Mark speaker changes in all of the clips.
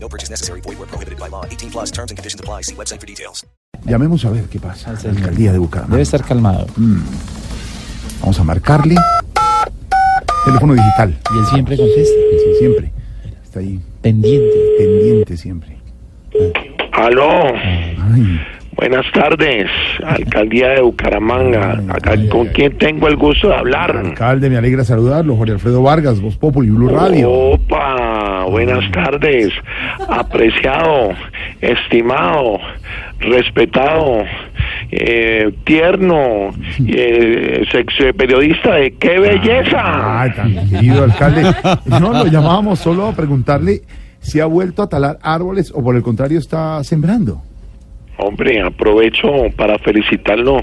Speaker 1: No purchase necessary. Void where prohibited by law. 18 plus terms and conditions apply. See website for details.
Speaker 2: Llamemos a ver qué pasa. La alcaldía de Bucaramanga.
Speaker 3: Debe estar calmado.
Speaker 2: Vamos a marcarle. Teléfono digital.
Speaker 3: Y él siempre contesta.
Speaker 2: Siempre. Está ahí,
Speaker 3: Pendiente.
Speaker 2: pendiente siempre.
Speaker 4: Aló,
Speaker 2: Ay,
Speaker 4: buenas tardes, alcaldía de Bucaramanga. Acá, ¿Con quién tengo el gusto de hablar?
Speaker 2: alcalde, me alegra saludarlo. Jorge Alfredo Vargas, Voz Populi, Blue Radio.
Speaker 4: Oh,
Speaker 2: Mm.
Speaker 4: Opa, buenas tardes, apreciado, estimado, respetado, eh, tierno, eh, sexo- periodista de
Speaker 2: Ah,
Speaker 4: qué belleza.
Speaker 2: Ay, tan querido alcalde. No, lo llamábamos solo a preguntarle si ha vuelto a talar árboles o por el contrario está sembrando.
Speaker 4: Hombre, aprovecho para felicitarlo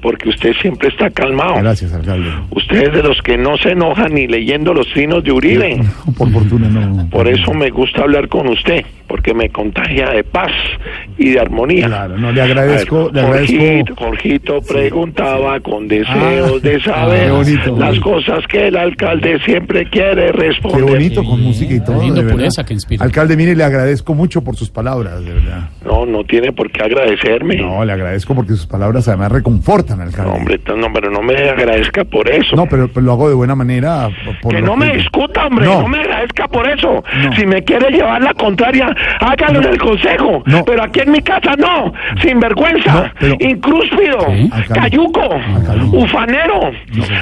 Speaker 4: porque usted siempre está calmado.
Speaker 2: Gracias, alcalde.
Speaker 4: Usted es de los que no se enoja ni leyendo los trinos de Uribe.
Speaker 2: No, por fortuna no.
Speaker 4: Por eso me gusta hablar con usted, porque me contagia de paz y de armonía.
Speaker 2: Claro, no, le agradezco,
Speaker 4: A
Speaker 2: le
Speaker 4: ver, Jorgito,
Speaker 2: agradezco.
Speaker 4: Jorgito preguntaba con deseos
Speaker 2: Ah,
Speaker 4: de saber
Speaker 2: qué bonito.
Speaker 4: las cosas que el alcalde siempre quiere
Speaker 2: Qué
Speaker 4: responder.
Speaker 2: bonito, con
Speaker 3: bien,
Speaker 2: música y todo.
Speaker 3: lindo,
Speaker 2: de verdad.
Speaker 3: pureza que inspira.
Speaker 2: Alcalde, mire, le agradezco mucho por sus palabras, de verdad.
Speaker 4: No, no tiene por qué agradecerme. No,
Speaker 2: No, le agradezco porque sus palabras además reconfortan al alcalde.
Speaker 4: hombre, t- no, pero no me agradezca por eso.
Speaker 2: No, pero, pero lo hago de buena manera. por
Speaker 4: que
Speaker 2: lo
Speaker 4: no me discuta, hombre,
Speaker 2: No.
Speaker 4: no, me agradezca por eso.
Speaker 2: No.
Speaker 4: Si me quiere llevar la contraria, hágalo en el consejo.
Speaker 2: No.
Speaker 4: Pero aquí en mi casa no,
Speaker 2: No,
Speaker 4: vergüenza,
Speaker 2: pero-
Speaker 4: incrúspido,
Speaker 2: Alcalde.
Speaker 4: cayuco,
Speaker 2: Alcalde.
Speaker 4: ufanero,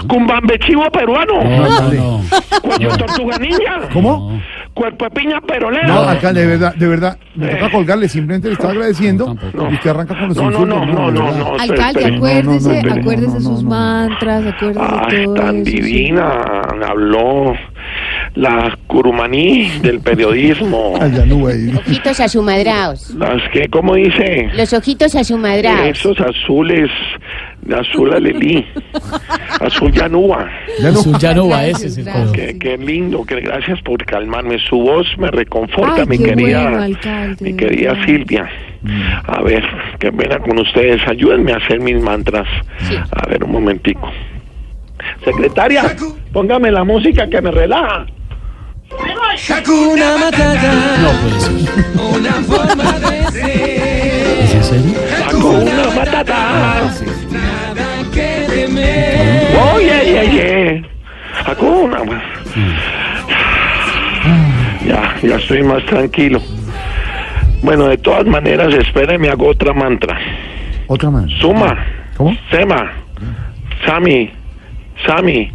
Speaker 4: cumbambechivo peruano,
Speaker 3: No, no,
Speaker 2: alcalde.
Speaker 3: no.
Speaker 4: cuello de tortuga ninja,
Speaker 2: ¿Cómo?
Speaker 4: cuerpo de piña
Speaker 2: No,
Speaker 4: perolero.
Speaker 2: alcalde, de verdad, de verdad. Me toca colgarle, simplemente le estaba agradeciendo.
Speaker 3: tampoco.
Speaker 2: Y usted arranca con los
Speaker 4: Eh. No, no,
Speaker 2: insultos.
Speaker 4: no, no, no,
Speaker 2: de verdad.
Speaker 4: no. se-
Speaker 5: Alcalde,
Speaker 4: se-
Speaker 2: no, no,
Speaker 5: acuérdese,
Speaker 2: no, no, no, Ah,
Speaker 5: acuérdese
Speaker 2: no,
Speaker 5: sus
Speaker 2: no, no.
Speaker 5: mantras, acuérdese
Speaker 4: Ay,
Speaker 5: todo
Speaker 4: tan
Speaker 5: eso, sí.
Speaker 4: divina, habló la curumaní del periodismo.
Speaker 2: Ay, ya no voy a ir.
Speaker 6: Ojitos asumadraos.
Speaker 4: Las que, ¿cómo dice?
Speaker 6: Los ojitos asumadraos.
Speaker 4: Eh, Esos azules, azul alelí, azul llanuba.
Speaker 2: Ya no.
Speaker 3: Su Yanuba, ese es el
Speaker 5: Gracias,
Speaker 3: codo.
Speaker 5: gracias.
Speaker 4: Qué, qué lindo, que gracias por calmarme. Su voz me reconforta,
Speaker 5: Ay,
Speaker 4: mi
Speaker 5: qué
Speaker 4: querida,
Speaker 5: bueno, Mm. alcalde,
Speaker 4: mi
Speaker 5: de
Speaker 4: querida
Speaker 5: verdad.
Speaker 4: Silvia. A ver, qué pena con ustedes. Ayúdenme a hacer mis mantras. A ver, un momentico. Secretaria, póngame la música que me relaja.
Speaker 3: No, pues. ¿Es en serio?
Speaker 4: Saco una matata. Oye, ye, ye. Saco una. Ya, ya estoy más tranquilo. Bueno, de todas maneras, espéreme, hago otra mantra.
Speaker 2: Otra más.
Speaker 4: Suma,
Speaker 2: ¿Cómo?
Speaker 4: Sema, Sami, Sami,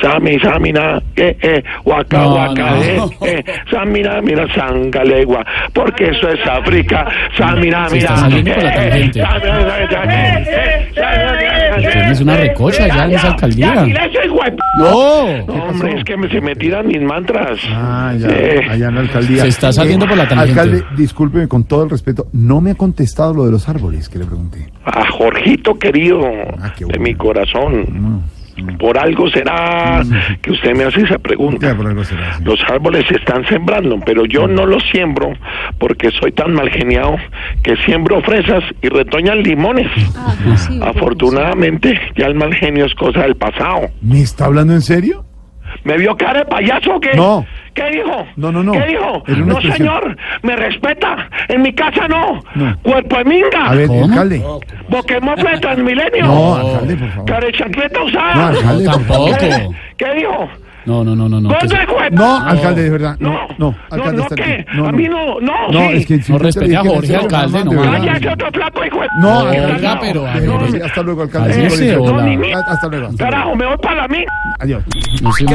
Speaker 4: Sami, Sami, na, eh, eh, Waka,
Speaker 3: No,
Speaker 4: Waka,
Speaker 3: no.
Speaker 4: eh, eh, Sami, na, mira, Sangalegua, porque eso es África, Sami, na,
Speaker 3: Se
Speaker 4: mira,
Speaker 3: está saliendo por la
Speaker 4: eh, eh,
Speaker 3: tangente.
Speaker 4: Sami, na, eh, eh, eh, eh, eh,
Speaker 3: Tienes una
Speaker 4: eh,
Speaker 3: recocha ya en esa alcaldía.
Speaker 4: ya, silencio, hijo de p-
Speaker 3: ¡No!
Speaker 4: Hombre, es que me- se me tiran mis mantras.
Speaker 2: Ah, ya,
Speaker 4: Eh,
Speaker 2: allá en la alcaldía. Eh,
Speaker 3: Se está saliendo por la tangente.
Speaker 2: Alcalde, discúlpeme con todo el respeto, no me ha contestado lo de los árboles que le pregunté.
Speaker 4: a Jorgito querido
Speaker 2: Ah, qué
Speaker 4: de
Speaker 2: bueno.
Speaker 4: mi corazón.
Speaker 3: Mm,
Speaker 4: Por algo será que usted me hace esa pregunta.
Speaker 2: Ya, por algo será, sí.
Speaker 4: Los árboles se están sembrando, pero yo no los siembro porque soy tan mal geniado que siembro fresas y retoñan limones.
Speaker 2: Ah,
Speaker 5: Ajá, Ah, sí,
Speaker 2: pues,
Speaker 4: Afortunadamente, ya el mal genio es cosa del pasado.
Speaker 2: ¿Me está hablando en serio?
Speaker 4: ¿Me vio cara de payaso o qué?
Speaker 2: No.
Speaker 4: ¿Qué dijo?
Speaker 2: No, no, no.
Speaker 4: ¿Qué dijo?
Speaker 2: Era una
Speaker 4: No,
Speaker 2: expresión.
Speaker 4: señor, me respeta. En mi casa no.
Speaker 2: No.
Speaker 4: Cuerpo de minga.
Speaker 2: A ver,
Speaker 3: ¿Cómo?
Speaker 2: alcalde.
Speaker 4: Boquemofla de Transmilenio.
Speaker 2: No, alcalde, por favor.
Speaker 4: Cara de chancleta
Speaker 2: No,
Speaker 4: usada.
Speaker 2: alcalde, por favor.
Speaker 3: tampoco.
Speaker 4: ¿Qué, ¿Qué dijo?
Speaker 3: No, no, no, no. no. que
Speaker 4: ¡Gordo
Speaker 3: se-
Speaker 4: de juez!
Speaker 2: No, alcalde, de verdad. No,
Speaker 4: No,
Speaker 2: no,
Speaker 4: no,
Speaker 2: alcalde
Speaker 4: no,
Speaker 2: está
Speaker 4: ¿qué?
Speaker 2: bien.
Speaker 4: A mí no, no,
Speaker 2: No,
Speaker 4: sí.
Speaker 2: es que si
Speaker 3: No
Speaker 2: te
Speaker 3: respete
Speaker 2: dije
Speaker 3: a
Speaker 2: que
Speaker 3: Jorge,
Speaker 2: no,
Speaker 3: alcalde,
Speaker 2: no,
Speaker 3: no,
Speaker 2: de verdad.
Speaker 4: ¡Cállate otro flaco, hijo de-
Speaker 2: No,
Speaker 3: Oiga,
Speaker 2: alcalde. no.
Speaker 3: pero,
Speaker 2: De verdad,
Speaker 3: alcalde.
Speaker 2: sí, Hasta luego, alcalde.
Speaker 3: Cállese,
Speaker 2: Hasta luego,
Speaker 3: hola.
Speaker 2: alcalde. Hasta luego. hasta luego.
Speaker 4: ¡Carajo, me voy para la mí!
Speaker 2: Adiós.
Speaker 3: no se-